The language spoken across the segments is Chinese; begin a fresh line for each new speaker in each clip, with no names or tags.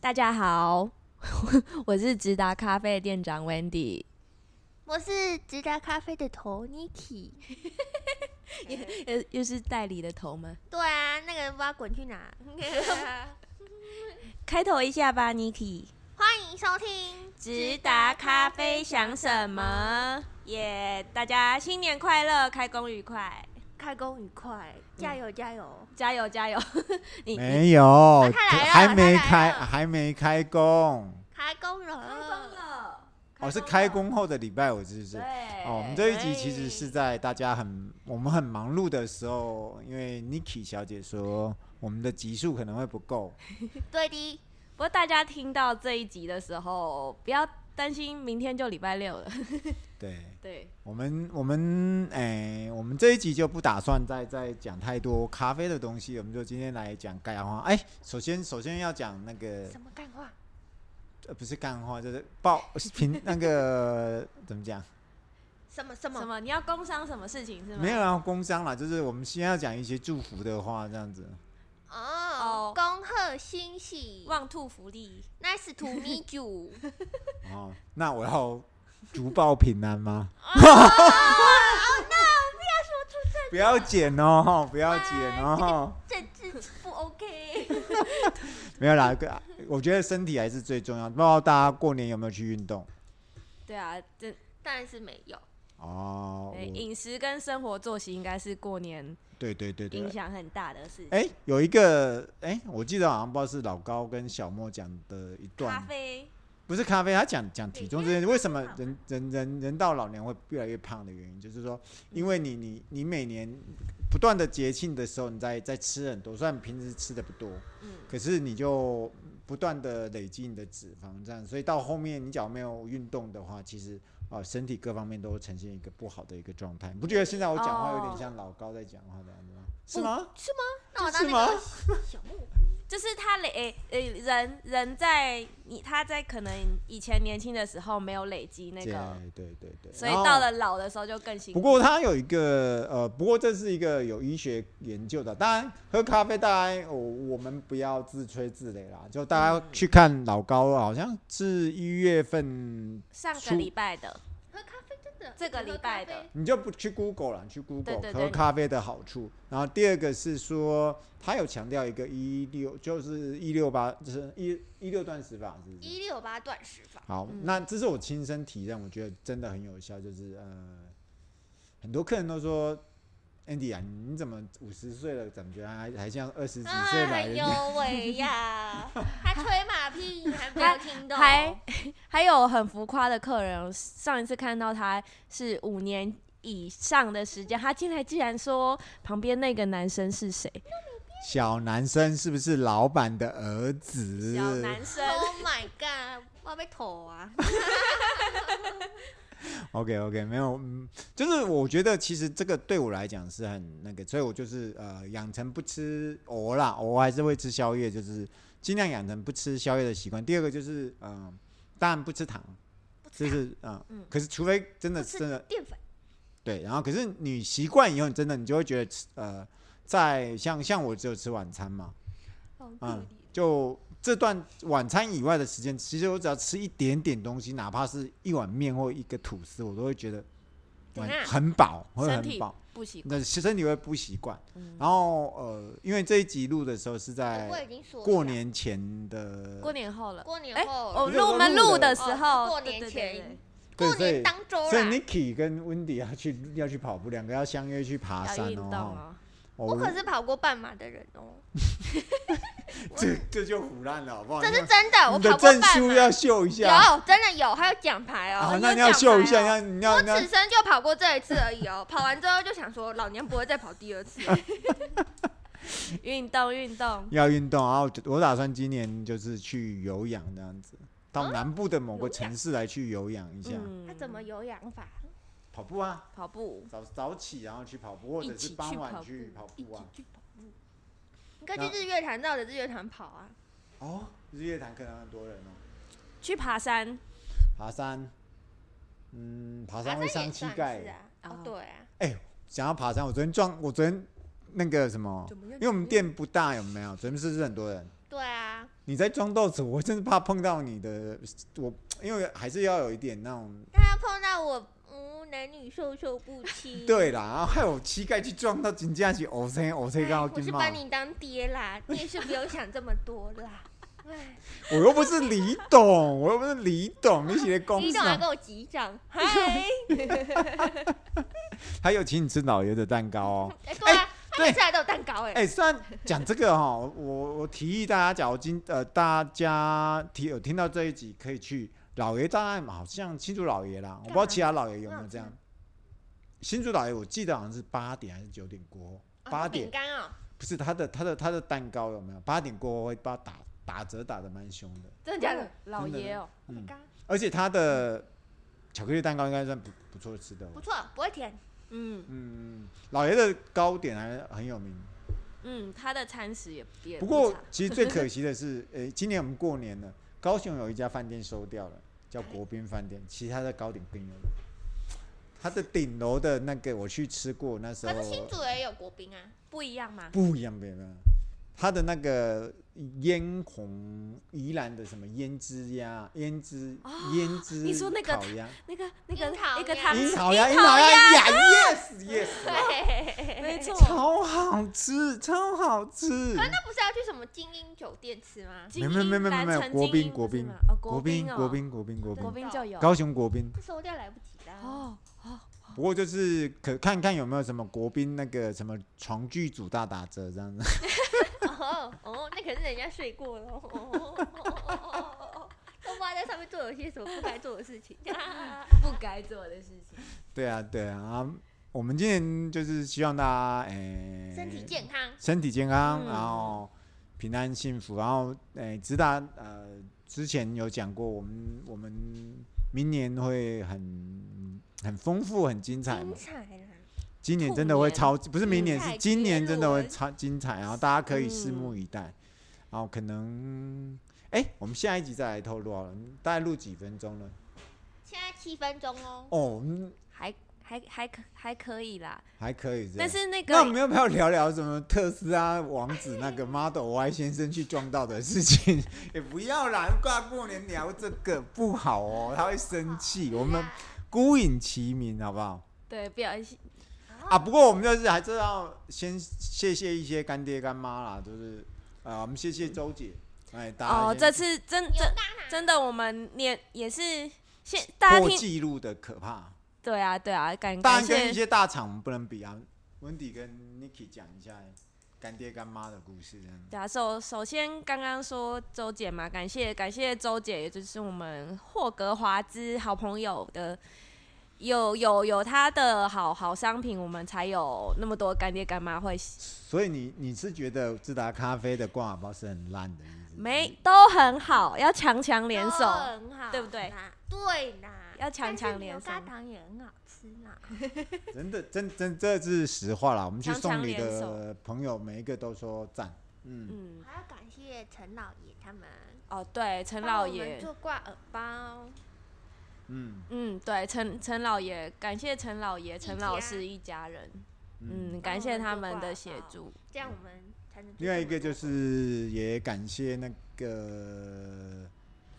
大家好， 我是直达咖啡的店长 Wendy，
我是直达咖啡的头 Niki。
又又是代理的头吗？
对啊，那个不知道滚去哪。
开头一下吧，Niki。
欢迎收听
直达咖啡想什么？耶、大家新年快乐，开工愉快，
开工愉快，加油加油！
加油加油！ 你你
没有，
他来了
还没
他
开，
来了
还没开工。
开工了，
开工了，
哦，是开工后的礼拜五，是不是？
对。
哦，我们这一集其实是在大家很我们很忙碌的时候，因为 Niki 小姐说我们的集数可能会不 够，
对的，
不过大家听到这一集的时候，不要担心，明天就礼拜六了。
对
对，
我们我们哎、我们这一集就不打算再再讲太多咖啡的东西，我们就今天来讲干话。哎、首先首先要讲那个
什么干话？
呃不是干话，就是报 评那个怎么讲？
什么什
什
么？
么？你要工商什么事情是吗？
没有啊，工商啦，就是我们先要讲一些祝福的话，这 样子。
哦，恭贺新喜
旺兔福利，
，Nice to meet you。
哦，那我要读报平安吗？
哦
不要剪哦，不要剪哦，
这这不 OK。
没有啦，个我觉得身体还是最重要。不知道大家过年有没有去运动？
对啊，这
当然是没有，
哦，
对
我
饮食跟生活作息应该是过年
对对对对
影。响很大的事情。
哎、有一个哎、我记得好像不知道是老高跟小莫讲的一
咖
段，
啡，
不是咖啡，他讲讲体重这件事，为什么人人人人到老年会越来越胖的原因，就是说，
嗯
因为你你你每年不断的节庆的时候，你在在吃很多，虽然平时吃的不多，
嗯，
可是你就不断的累积你的脂肪，这样，所以到后面你只要没有运动的话，其实啊、呃身体各方面都呈现一个不好的一个状态。你不觉得现在我讲话有点像老高在讲话的样子
哦
吗？是吗？
那我当
是
那个
吗
小木，
就是他累，诶、诶人人在你他在可能以前年轻的时候没有累积那
对
个，
对对对。
所以
然后
到了老的时候就更辛
不
苦。
过它有一个呃，不过这是一个有医学研究的。当然，喝咖啡当然我我们不要自吹自擂啦，就大家去看老高，好像是一月份，
上个
出
礼拜的，
喝咖啡真的
这个礼拜的
喝咖啡
你就不去 Google 了，你去
对
Google
对
喝咖啡的好处。然后第二个是说，他有强调一个一六，就是一六八，就是一一六断食法，是不是？
一六八断食法，
好，那这是我亲身体验，我觉得真的很有效，就是呃，很多客人都说，Andy 啊，你怎么五十岁了，怎么觉得还还像二十几岁老
哎
人？
呦喂呀！还吹马屁，你还没有听 懂？
还还有很浮夸的客人，上一次看到他是五年以上的时间，他进来竟然说旁边那个男生是谁？
小男生是不是老板的儿子？
小男生，
Oh my god！我要被投啊！
OK OK，没有，嗯，就是我觉得其实这个对我来讲是很那个，所以我就是呃养成不吃偶尔啦，偶尔还是会吃宵夜，就是尽量养成不吃宵夜的习惯。第二个就是嗯、呃当然不吃糖，就是嗯，
嗯
可是除非真的
不吃
真的
淀粉
对，然后可是你习惯以后，你真的你就会觉得吃呃，在像像我只有吃晚餐嘛，
哦
嗯，就这段晚餐以外的时间，其实我只要吃一点点东西，哪怕是一碗面或一个吐司，我都会觉得
等
很
下
很饱，会
身
很
体
饱，
不习惯。
那身体会不习惯。
嗯
然后呃，因为这一集录的时候是
我已
在
经说了
过年前的，
过年后了，
过年
哎
后
我
不是
录我们
我
录
录
的
的
时候，
哦过
对
年
对
前
对对
对
过
所以
年当啊周
所以
啦。
Niki 跟 Wendy 要去要去跑步，两个要相约去爬
要
山
运动
哦。
哦。
哦
啊我可是跑过半马的人哦，
这这就胡乱了，好不好？
这
哦你
是真的，我
你的
跑过
证
半
书
马。
要秀一下。
有真的有，还有奖牌
啊
哦。，
那
有
你要
奖
秀
牌
一下，
哦
你要你要
我
你要
此生就跑过这一次而已哦，跑完之后就想说，老娘不会再跑第二次。
运动运动，
要运动，然后我我打算今年就是去有氧这样子，到南部的某个城市来去有氧一下，
嗯
他怎么有氧法？
跑步啊，
跑步？
早早起然后去跑步，或
一
者
起
是
去
傍
跑
晚去跑
一
步
起
啊。
去跑步。你可以去日月潭绕着日月潭跑啊。
哦，日月潭可能很多人哦，
去爬山，
爬山，嗯，爬
爬
山
山
会
也
伤
算
膝
是
盖。
啊。哦
哦，
对啊。
想要爬山，我昨天撞，我昨天那个什么，
怎么又
因为我们店不大，有没有？昨天是不是很多人？
对啊，
你在装豆子，我真是怕碰到你的，我因为还是要有一点那种
但他碰到我，嗯，男女授受不亲。
对啦，然后害我膝盖去撞到金架起，哦塞哦塞，刚好
哎我
金
是
嘛
把，你当爹啦，
你也是不用想这么多啦。
我又不是李董，我又不是李董，你写的公
你
司啊
懂还跟我击掌，嗨，
还有请你吃老爷的蛋糕 哦。
哎，对啊，他
对
们吃来都有蛋糕哎，
哎、虽然讲这个哈，我我提议大家，假如今呃大家听有听到这一集，可以去老爷大爱嘛，好像新竹老爷啦，我不知道其他老爷有没有这
啊
样。新竹老爷我记得好像是八点还是九点过
哦
后，八
饼
点
干哦，
不是他的他的他的蛋糕有没有？八点过后会把打打折打的蛮凶的，
真的假的？
老爷哦、
嗯
干，
而且他的巧克力蛋糕应该算不不错吃的哦、
不错，不会甜。
嗯
嗯，老爷的糕点还很有名。
嗯，他的餐食也也
不过
差，
其实最可惜的 是，呃、今年我们过年了，高雄有一家饭店收掉了，叫国宾饭店，其他的糕点更有名。它的顶楼的那个我去吃过，那时
啊
可是新
候
竹也有国宾啊，
不一样吗？
不一样，不一样。它的那个嫣红宜兰的什么胭脂鸭、胭脂、胭脂，
啊你说那个
烤鸭、
那个那个
樱桃
那个
呀
汤
樱
匙，
桃鸭、樱桃鸭呀，yes yes，
对，
哎没错，
哎超好吃，超好吃。
那不是要去什么精英酒店吃吗？
精
没有没有
英
没有
蓝
没有
城
国
精
宾
英
国
不是
宾
吗哦
国
国
宾，
哦
国宾，国宾，国
国
宾，
宾就有
高雄国宾。
这收掉来不及啦。
哦哦，
不过就是可看看有没有什么国宾那个什么床具组大打折这样 子。
哦哦，那可是人家睡过了。哦哦哦哦哦哦哦都不知道在上面做了些什么不该做的事情。
不该做的事情。
对啊，对啊啊。我们今天就是希望大家诶、
身体健康，
身体健康，
嗯
然后平安幸福，然后诶，直达呃之前有讲过，我们我们明年会很很丰富很精彩嘛
精，彩啦！
今年真的会超，不是明年
精彩
是今年真的
绝
会
伦
超精彩，然后大家可以拭目以
嗯
待。然后可能，哎、我们下一集再来透露好了，大概录几分钟了？
现在七分钟哦。
哦，嗯
还还还可还可以啦，
还可以这样。
但是那
啊那我们
个
要不要聊聊什么特斯拉王子 那个 Model Y 先生去撞到的事情？ 也不要啦，挂过年聊这个不好哦，他会生气。我们孤影其名好不好？
对，不要
啊，不过我们就是还是要先谢谢一些干爹干妈啦，就是呃，我们谢谢周姐，哎，大家
哦，
先
这次真
啊
真真的，我们年也是现大家
破
听，
纪录的可怕，
对啊对啊，感
当
感
然跟一
谢
些大厂我们不能比啊。温迪跟 Niki 讲一下干爹干妈的故事，这样
对啊，首首先刚刚说周姐嘛，感谢感谢周姐，也就是我们霍格华兹好朋友的，有有有她的好好商品，我们才有那么多干爹干妈会喜
所以你你是觉得自达咖啡的挂耳包是很烂的意思？
没都很好，要强强联手
都，很好，
对不对？
对啦，
要强强联手
但是牛轧糖也很好吃啦。
真的真真这是实话啦。我们去
强强
送礼
联
的
手
朋友每一个都说赞，嗯，
嗯，
还要感谢陈老爷他们，
哦对，陈
帮
老
我们
爷，
做挂耳包，
嗯
嗯对，陈陈老爷，感谢陈老爷、陈
家
老师一家人，
嗯。
嗯，感
帮
谢
我们
他
做
们
挂
的
耳
协
包
助，
这样我们才能做这么多。
另外一个就是也感谢那个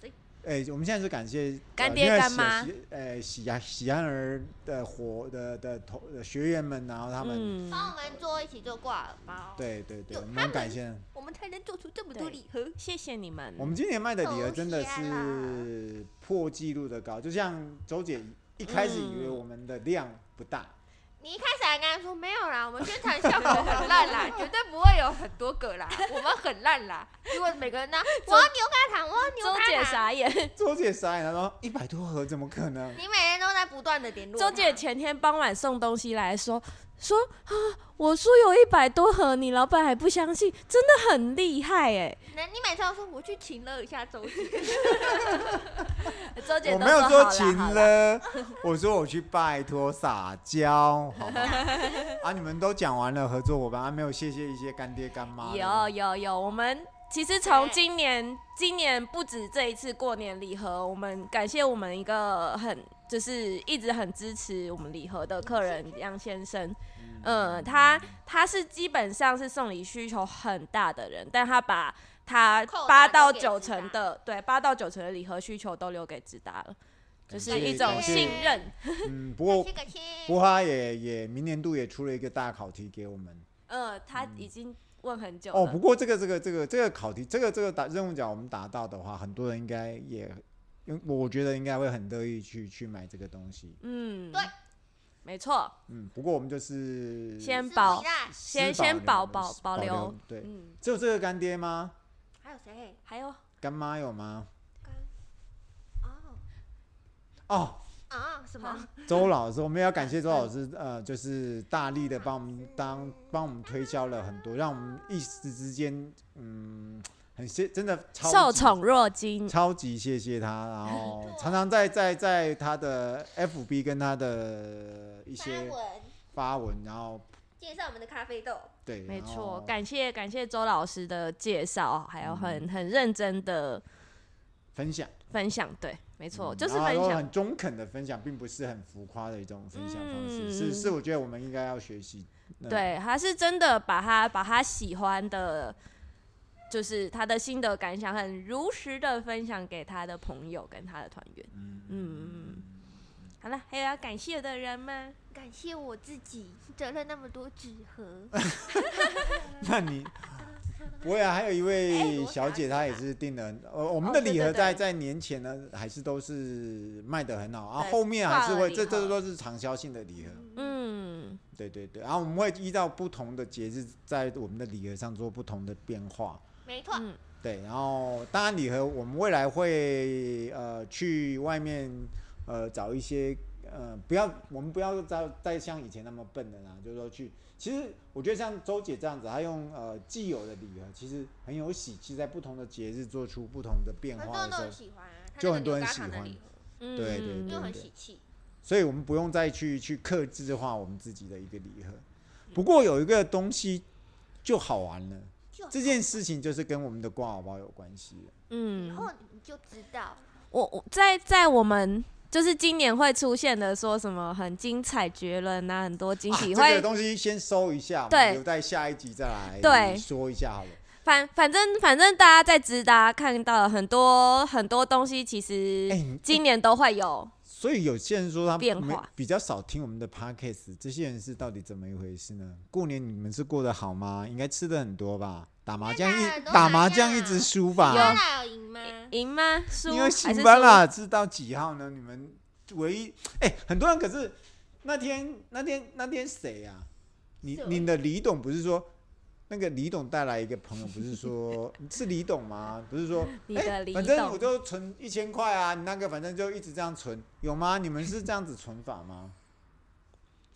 谁，
哎、我们现在是感谢
干爹
呃因为
干妈
喜呃喜安喜安儿的伙的的同的学员们，然后他们、
嗯，
帮我们做一起做挂耳包，，
对对对，
有
我
他
们
们
感谢。
我们才能做出这么多
对
礼盒。
谢谢你们，
我们今年卖的礼盒
头
真的
天啦
是破纪录的高，就像周姐一开始以为
嗯
我们的量不大，
你一开始还跟他说没有啦，我们宣传效 果很烂啦，绝对不会有很多个啦，我们很烂啦。如果每 个人呢，我要牛轧糖，我要牛
周姐
轧糖，
傻眼。
周姐傻眼了，她说一百多盒怎么可能？
你每天都在不断的联络他。
周姐前天傍晚送东西来说说啊，我说有一百多盒，你老板还不相信，真的很厉害哎、
那你每次都说我去请了一下周姐，
呃周姐
我
都
没有
说
说勤
好啦好啦
了，我说我去拜托撒娇，好吗？ 啊，你们都讲完了合作伙伴，啊，没有谢谢一些干爹干妈的。
有有有，我们其实从今年，今年不止这一次过年礼盒，我们感谢我们一个很就是一直很支持我们礼盒的客人杨先生。嗯嗯，他他是基本上是送礼需求很大的人，但他把他
扣打
八
都
到
给
九
直
成
达
的对八到九成的礼盒需求都留给直达了，就
感
是
谢
一种
感谢
信任。
嗯，不过
感谢感谢
不过他也也明年度也出了一个大考题给我们。
呃，他已经问很久
嗯哦，
了
不，过这个这个这个这个考题，这个这个达任务奖我们达到的话，很多人应该也，因为我觉得应该会很乐意去去买这个东西。
嗯，
对，
没错，
嗯，不过我们就是
先
拭
保
目以待。
私
先先
留
保
的
保
私
保留
对，
嗯，
只有这个干爹吗？
还有谁？
还有
干妈有吗？
哦
哦，
啊，什么？
周老师，我们要感谢周老师，呃，就是大力的帮我们当帮我们推销了很多，让我们一时之间，嗯，很谢，真的超
受
级
宠若惊，
超级谢谢他，然 后常常在在在他的 FB 跟他的一
发
些
文
发文，然后
介绍我们的咖啡豆，
对，
没
然
错，
后
感谢感谢周老师的介绍，还有很
嗯
很认真的
分享，
分享，对，没错，
嗯
就是
然后
分
都
享，
很中肯的分享，并不是很浮夸的一种分享方式，
嗯
是是，我觉得我们应该要学习。那，
对，他是真的把他把他喜欢的，就是他的心得感想，很如实的分享给他的朋友跟他的团员，嗯嗯好了，还有要感谢的人吗？
感谢我自己折了那么多纸盒。
那你不会啊？还有一位
哎
罗
小姐，
小
她
姐
也
啊
是订了很，呃，我们
哦
的
对
礼
对
盒
对
在在年前呢，还是都是卖的很好，啊，
对
后面还是
挂了
会，
礼
这这
盒
都是长销性的礼盒。
嗯，
对对对，然后我们会依照不同的节日，在我们的礼盒上做不同的变化。
没错，
嗯
对，然后当然礼盒我们未来会呃去外面呃找一些呃不要我们不要再再像以前那么笨的啦，就是说去其实我觉得像周姐这样子，她用呃既有的礼盒其实很有喜气，在不同的节日做出不同的变
很多
化
人都
的时候
很，喜欢啊，他
就
那个
很多
牛
人
轧
喜
糖的
欢
礼盒
嗯
对对
嗯
对
就很喜气。
所以我们不用再去去克制化我们自己的一个礼盒。不过有一个东西就好玩了。
就
这件事情就是跟我们的挂耳包有关系了。
以
嗯，
后你就知道，
我我在在我们就是今年会出现的，说什么很精彩绝伦啊，很多惊喜
啊这
会，
个东西先收一下，我们
对
留在下一集再来
对
说一下好了。
反反正反正大家在直达看到了很多很多东西，其
哎、
实
你
今年都会有。
所以有些人说他
变
没
化
比较少听我们的 podcast，这些人是到底怎么一回事呢？过年你们是过得好吗？应该吃的很多吧？打麻将
当然
一
都
打
打
麻
架
将一直输
你
有
吧？
俩有赢吗？
嗯
赢吗？输
因
还
为
是
辛
输？
巴啦，知道几号呢？你们唯一哎、很多人可是那天那天那天谁啊？
哦
你
是我
你的李董不是说那个李董带来一个朋友，不是说是李董 吗？不是说
你
哎
的李
反正
董
我就存一千块啊，你那个反正就一直这样存，有吗？你们是这样子存法吗？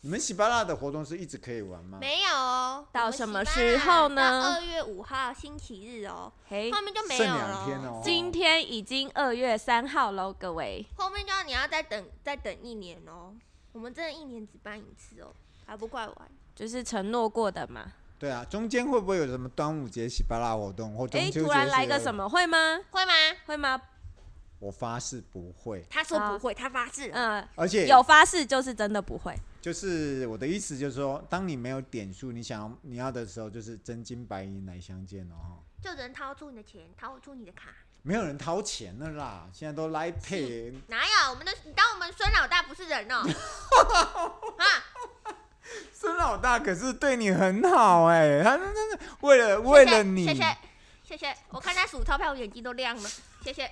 你们喜巴拉的活动是一直可以玩吗？
没有哦，
到
我们
什么
喜
时
巴
候
拉
呢
到二月五号星期日哦，
嘿，
后面就没有
剩两天
了。
哦，
今天已经二月三号喽，各位。
后面就要你要再等再等一年哦，我们真的一年只办一次哦，还不怪我啊。
就是承诺过的嘛，
对啊，中间会不会有什么端午节喜巴拉活动或中
哎、
秋节？
突然来个什？么会吗？
会吗？
会吗？
我发誓不会。
他说
好
不会，他发誓了。
嗯、
而且
有发誓就是真的不会。
就是我的意思，就是说，当你没有点数，你想要你要的时候，就是真金白银来相见哦。哈
就只能掏出你的钱，掏出你的卡。
没有人掏钱了啦，现在都来配。
哪有我们的？你当我们孙老大不是人 哦？啊，
孙老大可是对你很好哎、他真的为了为了你，
谢谢谢谢，我看他数钞票，我眼睛都亮了，谢谢，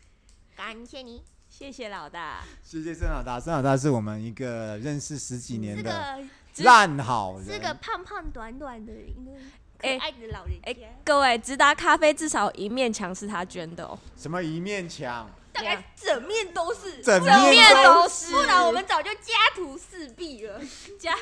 感谢你。
谢谢老大，
谢谢孙老大。孙老大是我们一个认识十几年
是
的
个
烂好
是个
人。
胖胖短短的一个
哎
可爱的老人
哎、
家，
各位，直达咖啡至少一面墙是他捐的哦、
什么一面墙，
大概整面都是，
整
整面都
都
是，
不然我们早就家徒四壁了。
家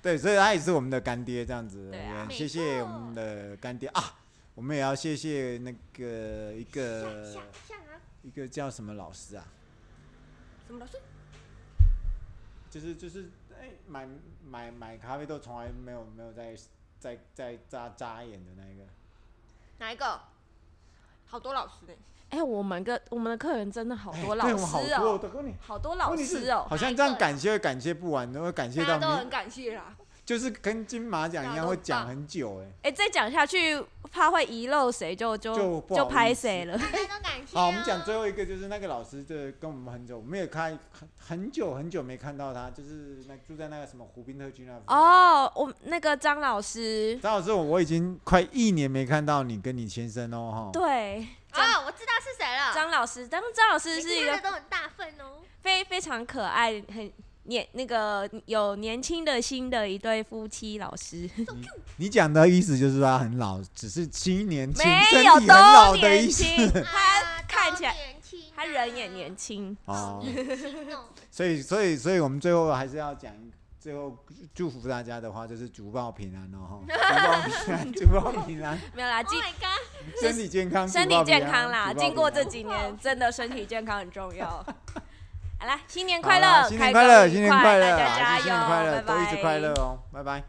对，所以他也是我们的干爹这样子。
对啊
我们
没
谢谢
错
我们的干爹啊，我们也要谢谢那个一个
像像啊，
一个叫什么老师啊？
什么老师？
就是就是，哎、买买买咖啡豆从来没有没有在在在眨眨眼的那一个，
哪一个？好多老师呢。
哎、我们个我们的客人真的好多
哎
老
对我好
师
多
哦、
的问题
好多老
问题是
师哦、
好像这样感谢感谢不完，都会感谢
大家
到
都
明
很感谢啦。
就是跟金马奖一样，
脑洞
会
大
讲很久哎。
哎、再讲下去怕会遗漏谁，就
就
就
不好意思
拍谁了。
大家都感
啊
谢、哦。
好，我们讲最后一个，就是那个老师，就是跟我们很久，我们也看很很久很久没看到他，就是那住在那个什么湖滨特区那边。
哦，我那个张老师，
张老师，我我已经快一年没看到你跟你先生哦，哈。
对，
啊，我知道是谁了。
张老师，但张老师
每
是一
次
个
看的都很大份 哦。
非非常可爱，很年那个有年轻的心的一对夫妻老师，
你讲的意思就是他很老，只是青年轻，身
没有
体很老
都
的
年
意思。
轻，
他
看起来
年轻啊，
他人也年轻。
哦，
轻哦。
所以所以所以我们最后还是要讲，最后祝福大家的话就是竹报平安哦， 哈竹报平安，竹报 平安，
没有啦，
Oh
经
my god！
身体健康，
身
竹报
体
平安
健康啦，
竹报平安
经过这几年，真的身体健康很重 要。好啦，新年快
好啦
乐，
新
开
年
工
乐，
愉
新年
快
快乐，
大家
还
加
是
油，
新年快乐，
拜拜，
都一直快乐哦，拜拜。